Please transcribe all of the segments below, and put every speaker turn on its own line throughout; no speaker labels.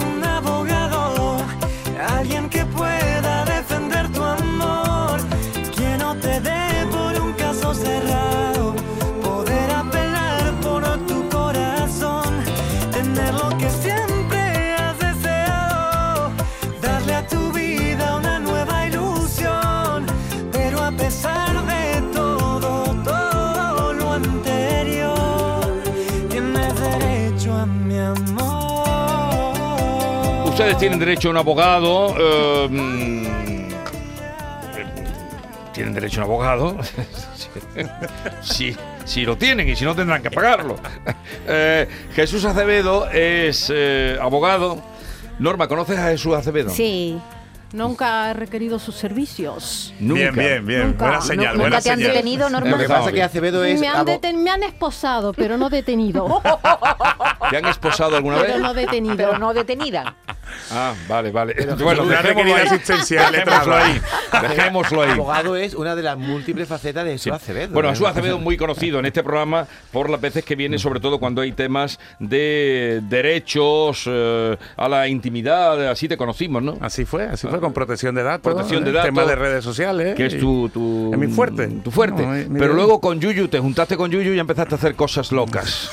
un abogado, alguien que pueda defender tu amor, que no te dé por un caso cerrado, poder apelar por tu corazón, tener lo que siempre has deseado, darle a tu vida una nueva ilusión, pero a pesar de todo, todo lo anterior, tienes derecho a mi amor.
Ustedes tienen derecho a un abogado. eh, mm, eh, tienen derecho a un abogado. si, si lo tienen y si no tendrán que pagarlo. Eh, Jesús Acevedo es eh, abogado. Norma, ¿conoces a Jesús Acevedo?
Sí. Nunca ha requerido sus servicios.
Nunca.
Bien, bien, bien.
Nunca.
Buena señal,
Nunca
buena
te han
señal.
detenido, Norma.
Lo que pasa
Empezamos
es que
bien.
Acevedo es.
Me han,
abo-
deten- me han esposado, pero no detenido.
¿Te han esposado alguna vez?
pero no detenido.
pero no detenida.
Ah, vale, vale.
Jesús, una
dejémoslo
requerida
ahí.
asistencia
Dejémoslo
letrada.
ahí. Dejémoslo ahí.
abogado es una de las múltiples facetas de
Sí.
Jesús Acevedo.
Bueno,
¿eh?
Jesús Acevedo es muy conocido en este programa por las veces que viene, sobre todo cuando hay temas de derechos eh, a la intimidad, así te conocimos, ¿no?
Así fue, así fue, con Ah, protección de datos.
Protección de
el Tema
datos,
de redes sociales.
Que es
y-
tu, tu- mm,
Es mi fuerte.
Tu fuerte.
No, mi- mi
Pero
bien.
luego con Yuyu, te juntaste con Yuyu y ya empezaste a hacer cosas locas.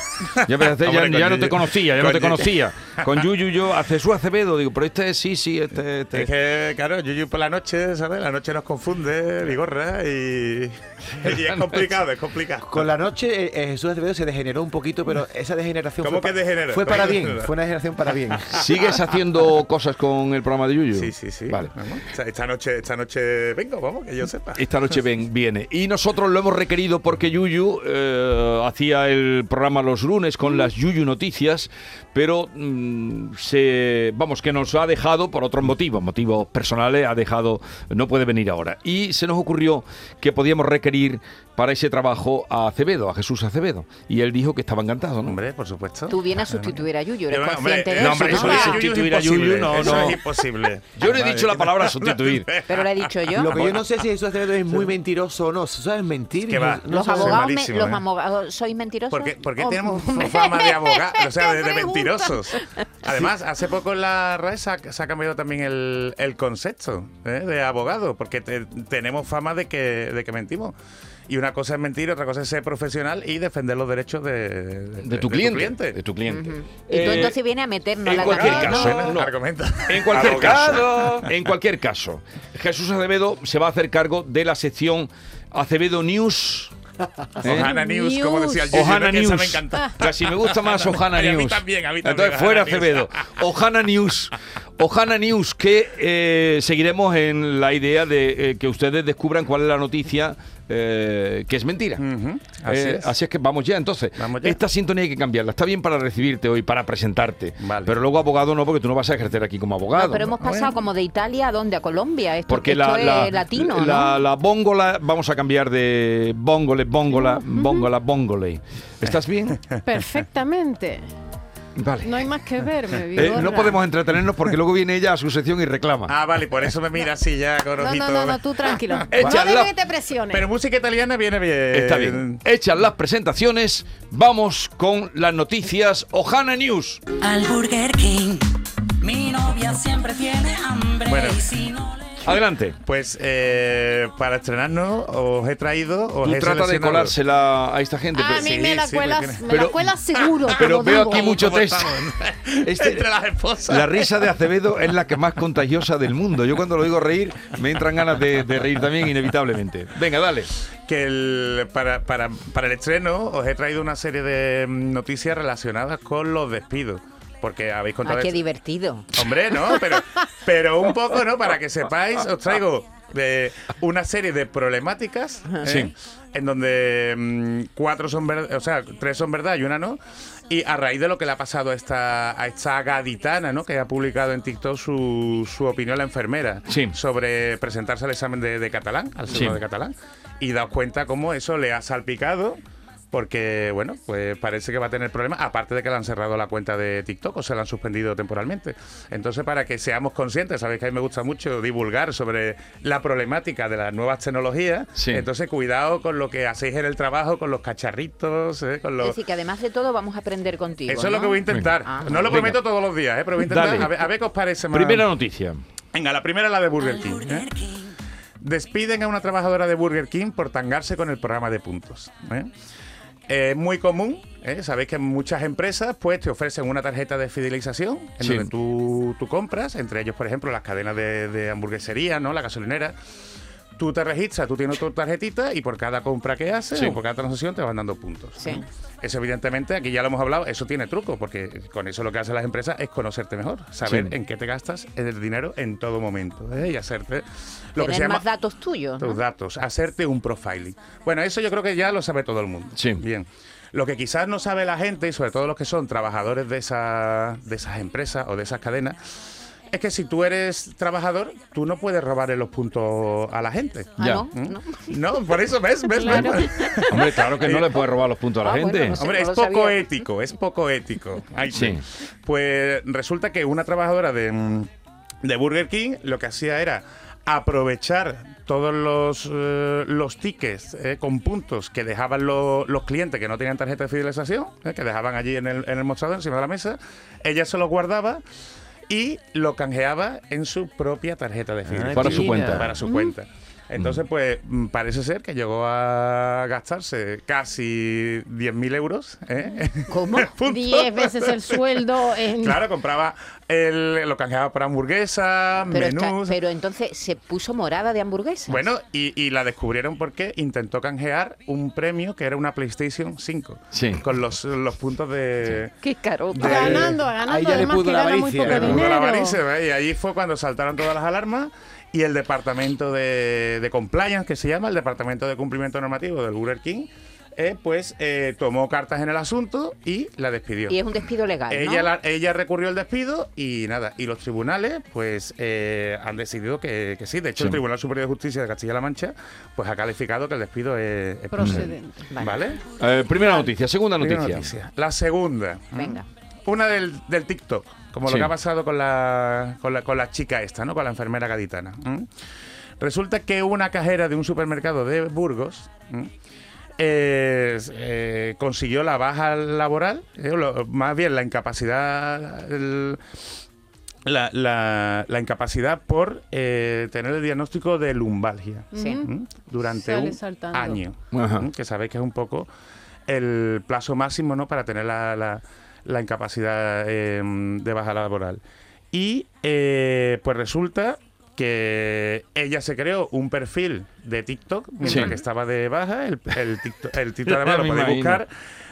Ya, empezaste, ya-
Hombre,
ya,
con
no
Yuyu.
te conocía, ya no
Con
te
Yuyu.
conocía. Con Yuyu yo, a Jesús Acevedo, digo, pero este es- sí, sí, este... este-
Es que, claro, Yuyu por la noche, ¿sabes? La noche nos confunde, Vigorra, y, y es complicado, es complicado.
Con la noche eh, eh, Jesús Acevedo se degeneró un poquito, pero esa degeneración
¿Cómo
fue,
que degeneró?
fue para
¿Cómo que
bien.
degeneró?
Fue una degeneración para bien.
¿Sigues haciendo cosas con el programa de Yuyu?
Sí, sí, sí.
Vale.
Vamos. Esta- Esta noche, esta noche vengo, vamos, que yo sepa.
Esta noche ven, viene. Y nosotros lo hemos requerido porque Yuyu eh, hacía el programa los lunes con las Yuyu Noticias, pero mm, se vamos, que nos ha dejado por otros motivos, motivos personales, ha dejado, no puede venir ahora. Y se nos ocurrió que podíamos requerir para ese trabajo a Acevedo, a Jesús Acevedo. Y él dijo que estaba encantado, ¿no?
Hombre, por supuesto.
Tú vienes a sustituir a Yuyo, eres
Eh, Hombre,
consciente
no,
de eso,
hombre,
¿no?
eso de
Ah.
sustituir a Yuyu, no,
Eso
no.
es
imposible.
Yo no he dicho la palabra sustituir.
Pero le he dicho yo.
Lo que yo no sé si Jesús Acevedo es muy mentiroso o no. ¿Sabes mentir?
Que va.
No
los
sabe-
abogados, me-
malísimo,
los
¿eh?
abogados, soy mentiroso.
¿Por qué, por qué
Oh,
tenemos
hombre.
fama de abogados? O sea,
Te
de, de
preguntan.
mentirosos. Además, hace poco en la red se ha, se ha cambiado también el, el concepto ¿eh? de abogado, porque te- tenemos fama de que, de que mentimos. Y una cosa es mentir, otra cosa es ser profesional y defender los derechos de, de-
De tu cliente. De tu cliente.
Y tú
Eh,
entonces vienes a meternos
en
la
cualquier
cabeza.
caso,
No.
Bueno,
no.
argumenta.
En cualquier
Abogado.
caso, en cualquier caso, Jesús Acevedo se va a hacer cargo de la sección Acevedo News. ¿eh?
Ojana News, como decía el Yuyu,
Ohana
que esa
News.
me encanta.
Casi me gusta más Ohana
Y a
News.
mí también, a mí también,
Entonces, fuera
Ohana
Acevedo.
News.
Ohana News. Ohana News, que eh, seguiremos en la idea de eh, que ustedes descubran cuál es la noticia eh, que es mentira.
Ujú, así
Eh,
es.
así que vamos ya, entonces.
Vamos ya.
Esta sintonía hay que cambiarla. Está bien para recibirte hoy, para presentarte.
Vale.
Pero luego abogado no, porque tú no vas a ejercer aquí como abogado.
No, pero hemos pasado como de Italia a dónde, a Colombia. Esto,
Porque
esto
la, la,
es latino,
la,
¿no? Ah,
la bóngola, vamos a cambiar de bóngole, bóngola, bóngola, bóngole. ¿Estás bien?
Perfectamente.
Vale.
No hay más que verme,
Eh,
Vigorra.
no podemos entretenernos porque luego viene ella a su sección y reclama.
Ah, vale, por eso me mira así ya con
No,
ojito.
no, no, no, tú tranquilo. no
Échale
dejes
la-
que te presiones.
Pero música italiana viene bien.
Está bien. Hechas las presentaciones, vamos con las noticias Ojana News.
al Burger King. Mi novia siempre tiene hambre
Bueno.
y si no le
Adelante.
Pues eh, para estrenarnos os he traído. Os
Tú
he
trata de
seleccionado-
colársela a esta
Ah,
gente.
Ah, a
pero-
mí
sí,
me la
sí,
cuelas,
porque-
me
Pero-
la cuelas seguro.
pero
como
veo
digo.
aquí mucho
¿Cómo
texto.
estamos?
Este-
Entre las esposas.
La risa de Acevedo es la que más contagiosa del mundo. Yo cuando lo digo reír, me entran ganas de, de reír también, inevitablemente. Venga, dale.
Que el- para, para- para el estreno os he traído una serie de mm, noticias relacionadas con los despidos. Porque habéis
Ah,
contado.
qué
esto-
divertido.
Hombre, no, pero, pero un poco, ¿no? Para que sepáis, os traigo de una serie de problemáticas ¿eh?
Sí.
en donde mm, cuatro son verdad, o sea, tres son verdad y una no. Y a raíz de lo que le ha pasado a esta, a esta gaditana, ¿no? Que ha publicado en TikTok su, su opinión la enfermera
Sí.
sobre presentarse al examen de, de catalán, al
Sí.
segundo de catalán. Y daos cuenta cómo eso le ha salpicado Porque, bueno, pues parece que va a tener problemas, aparte de que le han cerrado la cuenta de TikTok o se la han suspendido temporalmente. Entonces, para que seamos conscientes, sabéis que a mí me gusta mucho divulgar sobre la problemática de las nuevas tecnologías.
Sí.
Entonces, cuidado con lo que hacéis en el trabajo, con los cacharritos, ¿eh? con
Es
los...
decir, que además de todo vamos a aprender contigo.
Eso es lo
¿no?
que voy a intentar.
Venga. Ah.
No lo
Venga.
prometo todos los días, ¿eh? pero voy a intentar.
Dale.
A ver, a ver qué os parece más.
Primera noticia.
Venga, la primera es la de Burger King. ¿eh? Despiden a una trabajadora de Burger King por tangarse con el programa de puntos. ¿eh? Es muy común, ¿eh? sabéis que muchas empresas pues te ofrecen una tarjeta de fidelización en
Sí.
donde tú, tú compras, entre ellos, por ejemplo, las cadenas de, de hamburguesería, ¿no? La gasolinera. Tú te registras, tú tienes tu tarjetita y por cada compra que haces
Sí.
o por cada transacción te van dando puntos.
Sí.
¿eh? Eso evidentemente, aquí ya lo hemos hablado, eso tiene truco, porque con eso lo que hacen las empresas es conocerte mejor, saber
Sí.
en qué te gastas el dinero en todo momento ¿eh? y hacerte lo que
Tener
se llama
más datos tuyos. ¿no?
tus datos, hacerte un profiling. Bueno, eso yo creo que ya lo sabe todo el mundo.
Sí.
Bien. Lo que quizás no sabe la gente, y sobre todo los que son trabajadores de, esa- de esas empresas o de esas cadenas, es que si tú eres trabajador, tú no puedes robarle los puntos a la gente.
Ah,
Ya.
¿no?
¿Mm?
¿No?
No, por eso ves, ves,
Claro.
ves.
Hombre, claro que no le puedes robar los puntos a la
Ah, bueno,
gente.
no sé.
Hombre,
lo
es poco
sabía.
ético, es poco ético. Ay,
Sí.
Pues resulta que una trabajadora de, mm, de Burger King lo que hacía era aprovechar todos los, eh, los tickets eh, con puntos que dejaban lo- los clientes que no tenían tarjeta de fidelización, eh, que dejaban allí en el, en el mostrador encima de la mesa, ella se los guardaba y lo canjeaba en su propia tarjeta de fidelización.
Ah, para su cuenta. Mm.
Para su cuenta. Entonces, pues mm, parece ser que llegó a gastarse casi 10.000 euros. ¿eh?
¿Cómo?
Punto.
Diez veces el sueldo en...
Claro, compraba, el, lo canjeaba por hamburguesas,
Pero, está-
menús.
pero entonces se puso morada de hamburguesa.
Bueno, y, y la descubrieron porque intentó canjear un premio que era una PlayStation 5.
Sí.
Con los, los puntos de...
Qué caro.
De-
Ganando,
Ahí
ganando,
ya le
además
pudo
que
la
gana muy
avaricia,
poco
Le puso la
dinero.
avaricia, ¿eh? Y ahí fue cuando saltaron todas las alarmas y el departamento de, de compliance, que se llama, el departamento de cumplimiento normativo del Burger King, eh, pues eh, tomó cartas en el asunto y la despidió.
Y es un despido legal. ¿no?
Ella, la- ella recurrió al despido y nada, y los tribunales pues eh, han decidido que, que sí. De hecho,
Sí.
el Tribunal Superior de Justicia de Castilla-La Mancha pues ha calificado que el despido es, es
Procedente.
¿Vale?
Eh, primera noticia, segunda
Primera
noticia.
noticia. La segunda.
Venga.
Una del, del TikTok, como
Sí.
lo que ha pasado con la, con, la, con la chica esta, ¿no? Con la enfermera gaditana. ¿m? Resulta que una cajera de un supermercado de Burgos ¿m? es- eh, consiguió la baja laboral, eh, lo- más bien la incapacidad. el- la, la- la incapacidad por eh, tener el diagnóstico de lumbalgia
Sí.
¿m? durante
Sale
un
saltando.
año.
Ajá.
¿m? Que sabéis que es un poco el plazo máximo ¿no? para tener la, la- la incapacidad eh, de baja laboral. Y eh, pues resulta que ella se creó un perfil de TikTok mientras
Sí.
que estaba de baja. El, el TikTok, el TikTok además lo
Me
podéis
imagino.
buscar.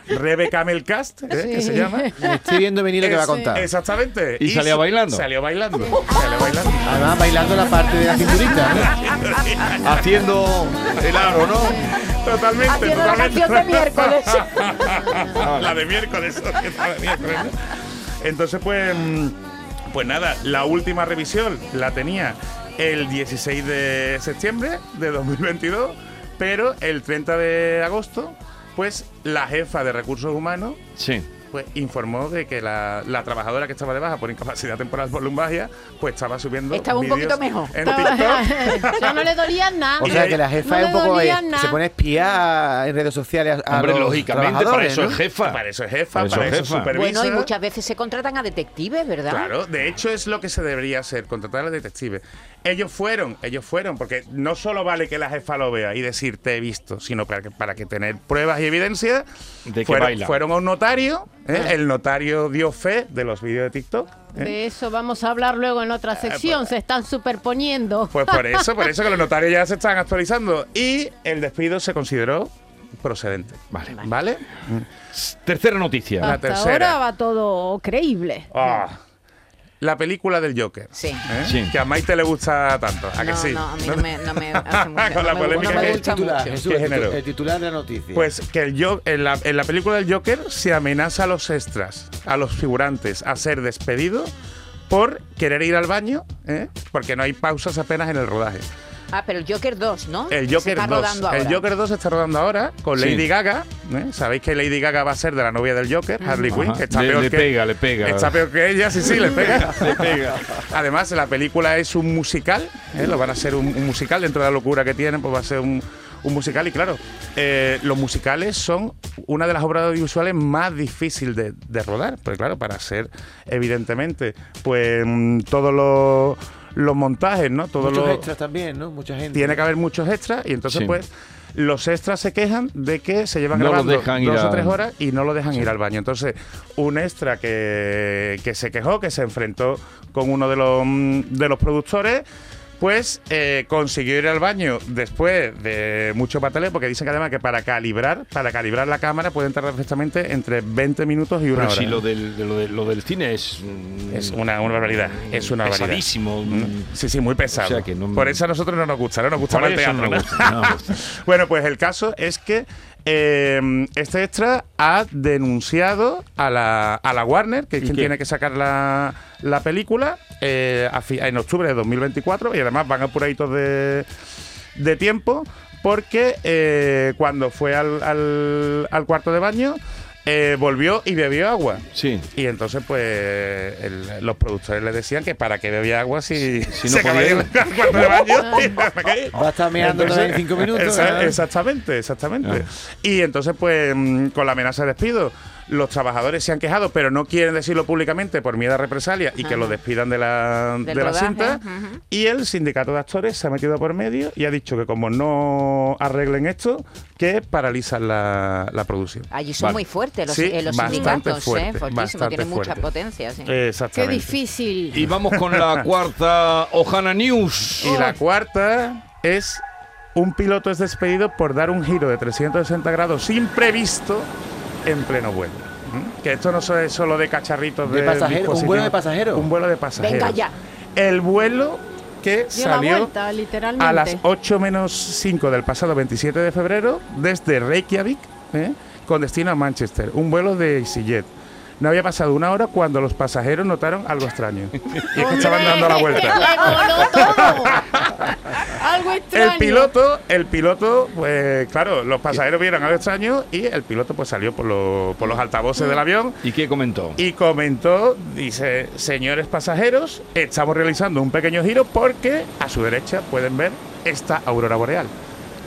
Rebeca Melcast, ¿eh? que se
Sí.
llama.
Me estoy viendo venir lo que va a
Es-
contar.
Exactamente.
¿Y salía
sa-
bailando?
Salió bailando. Salió bailando.
Además, bailando la parte de la cinturita. ¿no?
Haciendo el aro, ¿no?
Totalmente.
Haciendo la
totalmente.
canción de miércoles.
Ah, la de miércoles. la de miércoles. Entonces, pues, mm, pues nada, la última revisión la tenía el 16 de septiembre de 2022, pero el 30 de agosto, pues la jefa de recursos humanos
Sí.
pues informó de que la, la trabajadora que estaba de baja por incapacidad temporal por lumbagia, pues estaba subiendo
Estaba un
vídeos
poquito mejor.
en TikTok.
Ya no le dolía nada.
O sea, que la
No
jefa es un
le
poco.
dolía
eh,
nada.
se pone a espiar en redes sociales a, a
Hombre,
los
lógicamente, para
trabajadores,
eso
¿no?
es jefa.
Para eso es jefa,
Para
para
eso
eso,
es jefa.
supervisa.
Bueno, y muchas veces se contratan a detectives, ¿verdad?
Claro, de hecho es lo que se debería hacer, contratar a los detectives. Ellos fueron, ellos fueron, porque no solo vale que la jefa lo vea y decir te he visto, sino para que, para que tener pruebas y evidencia.
De que
fueron,
baila.
fueron a un notario, ¿eh? el notario dio fe de los vídeos de TikTok. ¿eh?
De eso vamos a hablar luego en otra sección. Se están superponiendo.
Pues por eso, por eso que los notarios ya se están actualizando. Y el despido se consideró procedente.
Vale.
¿Vale?
Tercera noticia.
la Ah.
Hasta
tercera.
ahora va todo creíble.
Ah, la película del Joker.
Sí.
¿eh?
Sí.
Que a Maite le gusta tanto. ¿A que
No,
sí?
no, a mí no me, no me hace mucho.
Con la
no me- no
polémica
me
que-
gusta
titular,
mucho.
Jesús,
¿Qué
el tu-
género?
el titular de la noticia.
Pues que el yo, en, la, en la película del Joker se amenaza a los extras, a los figurantes, a ser despedido por querer ir al baño, ¿eh? porque no hay pausas apenas en el rodaje.
Ah, pero el Joker 2, ¿no?
El
Se
Joker
está
2.
rodando ahora.
El Joker 2 se está rodando ahora con
Sí.
Lady Gaga, ¿eh? Sabéis que Lady Gaga va a ser de la novia del Joker, Harley Quinn,
Ajá.
que está
Le-
peor
le
que
pega, le pega.
Está peor que ella, sí, sí, le pega. Además, la película es un musical, ¿eh? lo van a hacer un, un musical dentro de la locura que tienen, pues va a ser un, un musical. Y claro, eh, los musicales son una de las obras audiovisuales más difíciles de, de rodar, pero claro, para hacer, evidentemente, pues mm, todos los, los montajes, ¿no? Todos
Muchos
los,
extras también, ¿no? Mucha gente.
tiene que haber muchos extras y entonces
Sí.
pues los extras se quejan de que se llevan
No lo
grabando
dejan ir
dos
a-
o tres horas y no lo dejan ir al baño. Entonces, un extra que, que se quejó, que se enfrentó con uno de los, mm, de los productores, pues eh, consiguió ir al baño después de mucho pataleo, porque dicen que además que para calibrar, para calibrar la cámara pueden tardar perfectamente entre 20 minutos y una
Pero
hora.
si lo del, de lo, de- lo del cine es. mm,
Es una, una barbaridad, es una barbaridad.
Pesadísimo.
Mm, Sí, sí, muy pesado.
O sea que no-
Por eso a nosotros no nos gusta, no nos gusta
Por
más el
eso no
teatro,
me
¿no?
gusta, no me gusta.
Bueno, pues el caso es que eh, este extra ha denunciado a la, a la Warner, que es quien
qué?
tiene que sacar la, la película, eh, a fi- en octubre de 2024, y además van apuraditos de, de tiempo, porque eh, cuando fue al, al- al cuarto de baño, eh, volvió y bebió agua.
Sí.
Y entonces, pues, el- los productores le decían que para qué bebía agua si,
Si no
se acababa de
podía.
ir al cuarto de baño.
Va a estar meando
Entonces,
también en cinco minutos.
esa-
¿eh?
Exactamente, exactamente. Y entonces, pues, mm, con la amenaza de despido, los trabajadores se han quejado, pero no quieren decirlo públicamente por miedo a represalias y que
Ajá.
lo despidan de la, de
Del
la
rodaje,
cinta.
ujú.
Y el sindicato de actores se ha metido por medio y ha dicho que como no arreglen esto, que paralizan la, la producción.
Allí son
Vale.
muy fuertes los,
Sí,
eh, los
bastante
sindicatos,
fuerte,
¿eh? Fortísimo,
bastante
tienen mucha
fuerte. Eh,
potencia, sí.
Qué
Exactamente.
difícil.
Y vamos con la cuarta Ojana News.
Y la cuarta es un piloto es despedido por dar un giro de 360 grados imprevisto en pleno vuelo. ¿Mm? Que esto no so- es solo de cacharritos
De
de,
pasajero, un
dispositivos.
vuelo de pasajeros.
Un vuelo de pasajeros.
Venga ya.
El vuelo que
Dio la
salió
vuelta, literalmente.
a las 8 menos 5 del pasado 27 de febrero desde Reykjavik ¿eh? con destino a Manchester. Un vuelo de EasyJet. No había pasado una hora cuando los pasajeros notaron algo extraño. y es que estaban dando la vuelta.
Algo extraño.
El piloto, el piloto, pues claro, los pasajeros vieron algo extraño y el piloto pues salió por, lo- por los altavoces
Mm.
del avión
¿Y qué comentó?
y comentó, dice, señores pasajeros, estamos realizando un pequeño giro porque a su derecha pueden ver esta aurora boreal.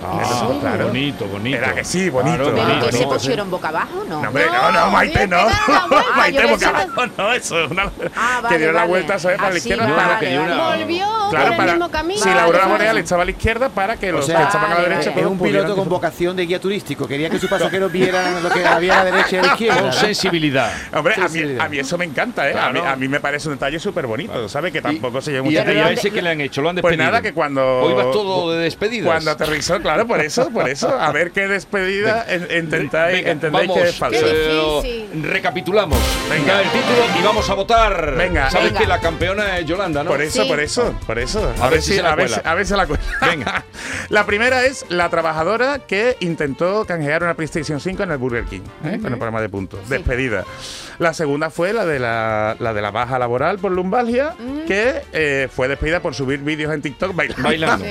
Ah.
Entonces, pues, claro,
Bonito, bonito.
Era que sí, bonito.
Claro,
¿Pero
bonito.
que se
bonito.
pusieron boca abajo no?
No, hombre, no, no,
No,
Maite,
bien,
no.
que dieron la vuelta,
Maite,
yo
boca
pensaba-
abajo, no, eso. es Una,
Ah,
que
vale,
dio la
vale.
vuelta, ¿sabes? Para la
Así,
izquierda.
vale,
para-
que hay
vale.
una-
Volvió por
Claro,
el
para,
mismo camino.
si la aurora
Vale,
boreal
vale.
estaba a la izquierda, para que los
sea,
que estaban a la
vale,
derecha.
vale.
Es
todos
un piloto
pudieran-
con vocación de guía turístico. Quería que sus pasajeros vieran lo que había a la derecha y a la izquierda.
Con
¿no?
sensibilidad.
Hombre, a mí,
Sensibilidad.
a mí eso me encanta, ¿eh? A, mí, a mí me parece un detalle súper bonito, ¿sabes? Que tampoco se lleva
Y
mucha
a
Pero
a
atención.
¿dónde-
ese que le han hecho, lo han
Pues
despedido.
nada, que cuando.
Hoy vas todo de despedidas.
Cuando aterrizó, claro, por eso, por eso. A ver qué despedida en- intentáis,
Venga,
entendéis
vamos,
que es falso.
Qué
eh,
difícil.
recapitulamos.
Venga.
Da el título y vamos a votar.
Venga.
Sabes
Venga.
que la campeona es Yolanda, ¿no?
Por eso,
Sí.
por eso, por eso.
A ver si se la
a ver,
cuela.
si- a ver si la cuela.
Venga.
la primera es la trabajadora que intentó canjear una PlayStation 5 en el Burger King, ¿eh? con el programa de puntos. Despedida. La segunda fue la de la, la de la baja laboral por lumbalgia, que eh, fue despedida por subir vídeos en TikTok bailando.
Bailando.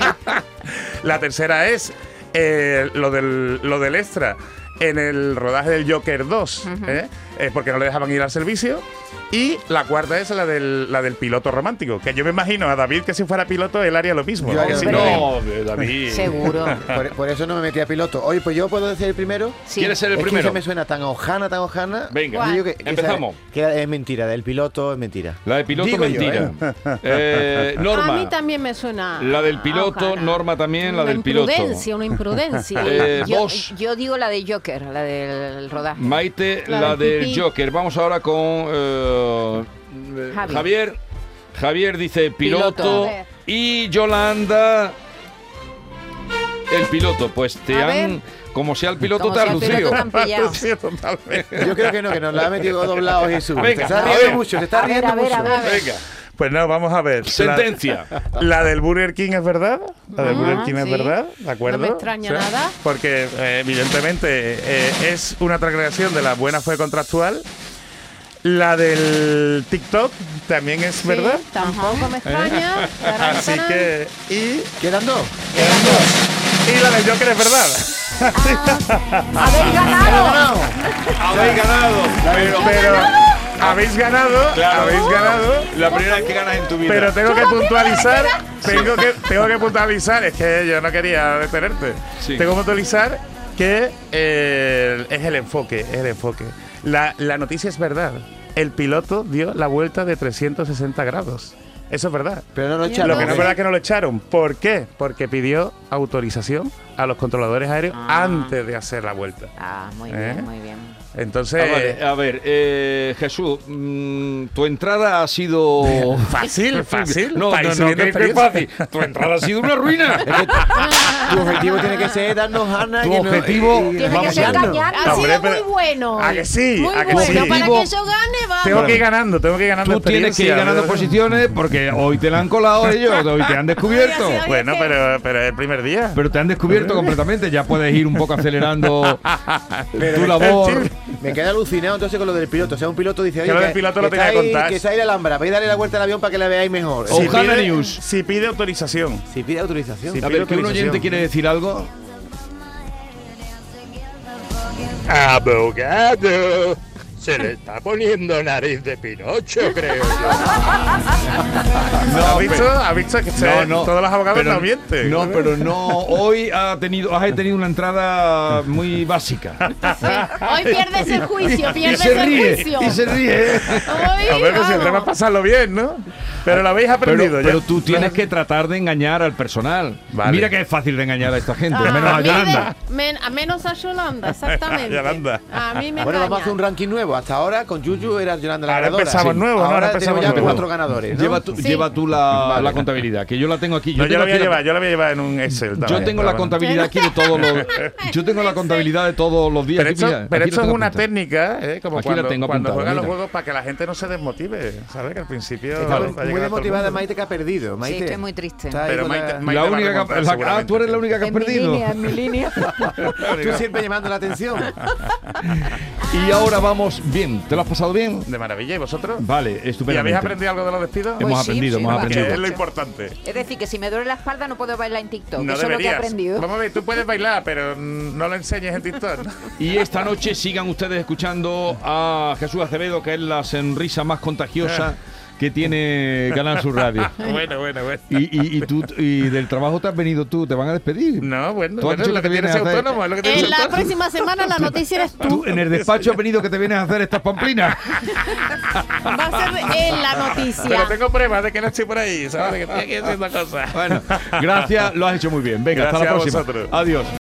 La tercera es eh, lo, del, lo del extra en el rodaje del Joker 2, ¿eh? Eh, porque no le dejaban ir al servicio. Y la cuarta es la del, la del piloto romántico, que yo me imagino a David que si fuera piloto él haría lo mismo.
Yo
¿no?
haría
Sí,
lo
¿no?
mismo.
No, de David.
Seguro.
Por, por eso no me metí a piloto. Oye, pues yo puedo decir el primero.
Sí.
¿Quieres ser el
es que
primero?
esa me suena tan ojana, tan ojana.
Venga,
Yo digo que- que esa-
empezamos.
que es mentira, del piloto es mentira.
La de piloto,
Digo yo,
mentira. Eh, Norma.
A mí también me suena.
La del piloto,
ojalá.
Norma también, la
Una
del piloto.
imprudencia, una imprudencia.
Eh,
Yo,
vos,
yo digo la de Joker, la del rodaje.
Maite,
La
la
del
del
pipí.
Joker. Vamos ahora con eh, eh,
Javi.
Javier. Javier dice
Piloto.
piloto.
A ver.
Y Yolanda, el piloto. Pues te
A
han,
ver.
como sea el piloto,
Como
te
sea
han
el
lucido.
piloto, te han pillado.
Sí, totalmente.
Yo creo que no, que nos la ha metido doblado Jesús.
Venga,
se está
a
riendo
ver.
mucho, se está
A ver,
riendo
a ver, a
mucho.
ver.
Venga,
Pues no, vamos a ver. La-
sentencia.
La del Burger King es verdad, la del
Ajá,
Burger King es
Ah, sí.
verdad, ¿de acuerdo?
No me extraña
Sí.
nada.
Porque eh, evidentemente eh, es una transgresión de la buena fe contractual. La del TikTok también es
Sí,
verdad.
Tampoco me extraña. Tarán,
Así
tarán.
que y
¿Quedan dos?
quedan dos. Y la de Joker es verdad.
¡Habéis ganado!
Habéis ganado. Pero,
Pero habéis ganado,
Claro.
habéis
Uh,
ganado.
la primera vez que ganas en tu vida.
Pero tengo que puntualizar, tengo que, tengo que puntualizar, es que yo no quería detenerte.
Sí.
Tengo que puntualizar que eh, es el enfoque, es el enfoque. La, la noticia es verdad. El piloto dio la vuelta de 360 grados. Eso es verdad.
Pero no lo
Lo que
Lo que no
echaron.
es verdad es que no lo echaron. ¿Por qué? Porque pidió autorización a los controladores aéreos
Ah.
antes de hacer la vuelta.
Ah, muy
¿Eh?
bien, muy bien.
Entonces,
Ah, vale, a ver, eh, Jesús, mm, tu entrada ha sido.
fácil, fácil.
No,
para ir
no, no,
subiendo
que- que
experiencia.
fácil. Tu entrada ha sido una ruina.
Tu objetivo tiene que ser darnos Hanna.
Tu
y no-
objetivo-
y- y-
Tiene que
vamos
ser
ganando.
cañar.
Ha
Hombre,
sido muy
pero-
bueno.
¿A que sí?
Muy
¿A que
bueno.
sí?
Para
Digo-
que yo gane, vamos.
Tengo que ir ganando, tengo que ir ganando
Tú tienes que ir
experiencia,
ganando
¿verdad?
posiciones porque hoy te la han colado ellos, hoy te han descubierto.
Ay, así, ay.
Bueno,
Oye,
pero, pero el primer día.
Pero te han descubierto completamente, ya puedes ir un poco acelerando tu labor.
Me queda alucinado entonces con lo del piloto. O sea, un piloto dice, oye,
lo del piloto lo
está
tenía que
ahí-
contar.
Que está ahí la Alhambra. Vais a darle la vuelta al avión para que la veáis mejor.
Sí.
Si-
Ojana News.
si pide autorización.
Si pide autorización.
Sí.
A ver, que un oyente quiere decir algo.
Abogado. Se le está poniendo nariz de Pinocho, creo yo.
¿Has visto? ¿Has visto que se- todos los abogados
pero-
no mienten?
No, pero no. Hoy ha tenido, has tenido una entrada muy básica.
Hoy pierdes el juicio,
Y
pierdes
se
el
ríe,
juicio.
y se ríe.
Hoy,
A ver, pues si el tema es
vamos.
pasarlo bien, ¿no? Pero lo habéis aprendido
Pero,
ya.
pero tú tienes que tratar de engañar al personal.
Vale.
Mira que es fácil de engañar a esta gente.
Ah,
menos a
mí me-
Yolanda.
men- a menos a Yolanda, exactamente.
Yolanda.
A mí me
Bueno, vamos a
engaña.
hacer un ranking nuevo. Hasta ahora con Yuyu era Yolanda la
Ahora
ganadora.
empezamos nuevo, ¿no?
Ahora,
Ahora empezamos
tenemos ya
nuevo.
cuatro ganadores. ¿no?
Lleva tú,
Sí.
lleva tú la, la contabilidad, que yo la tengo aquí.
No, yo
tengo
la voy a
aquí la-
llevar, yo la voy a llevar en un Excel.
Yo tengo
también, pero
la
bueno.
contabilidad aquí de todos los. Yo tengo la contabilidad de todos los días.
Pero
Aquí,
esto,
mira,
pero
aquí
esto
lo
es
tengo
una
apuntado.
técnica, ¿eh? como
Aquí lo
cuando,
tengo
cuando
apuntado,
juegan los
mira.
juegos para que la gente no se desmotive, ¿sabes? Que al principio
Está
va a
muy- muy
llegar a todo el
desmotivada
mundo.
Maite que ha perdido. Maite.
estoy muy triste.
Está ahí
Pero
con la-
Maite-
La
va a
única que,
remontar
la- ah,
seguramente.
tú eres la única que has
En mi
perdido.
línea, en mi línea.
Tú siempre llamando la atención.
Y ahora vamos bien. ¿Te lo has pasado bien?
De maravilla, ¿y vosotros?
Vale,
¿Y
estupendo.
habéis aprendido algo de los despidos?
Hemos
Pues sí,
aprendido,
sí,
hemos
lo
aprendido.
Que es lo importante.
Es decir, que si me duele la espalda no puedo bailar en TikTok.
No
Eso es lo que he
deberías.
aprendido.
Vamos a ver, tú puedes bailar, pero mm, no lo enseñes en TikTok.
Y esta noche sigan ustedes escuchando a Jesús Acevedo, que es la sonrisa más contagiosa que tiene Canal Sur Radio.
bueno, bueno, bueno.
Y, y, y tú, y del trabajo te has venido tú, te van a despedir.
No, bueno,
Tú has
bueno,
dicho
lo
que
que
te vienes
tienes
a hacer-
autónomo, es lo que tienes
En la
autónomo.
próxima semana la noticia eres tú.
Tú en el despacho has venido que te vienes a hacer estas pamplinas.
Va a ser en la noticia.
Pero tengo pruebas de que no estoy por ahí, ¿sabes? De que estoy aquí haciendo cosas.
Bueno, gracias, lo has hecho muy bien. Venga, hasta la
Gracias a
próxima.
vosotros.
Adiós.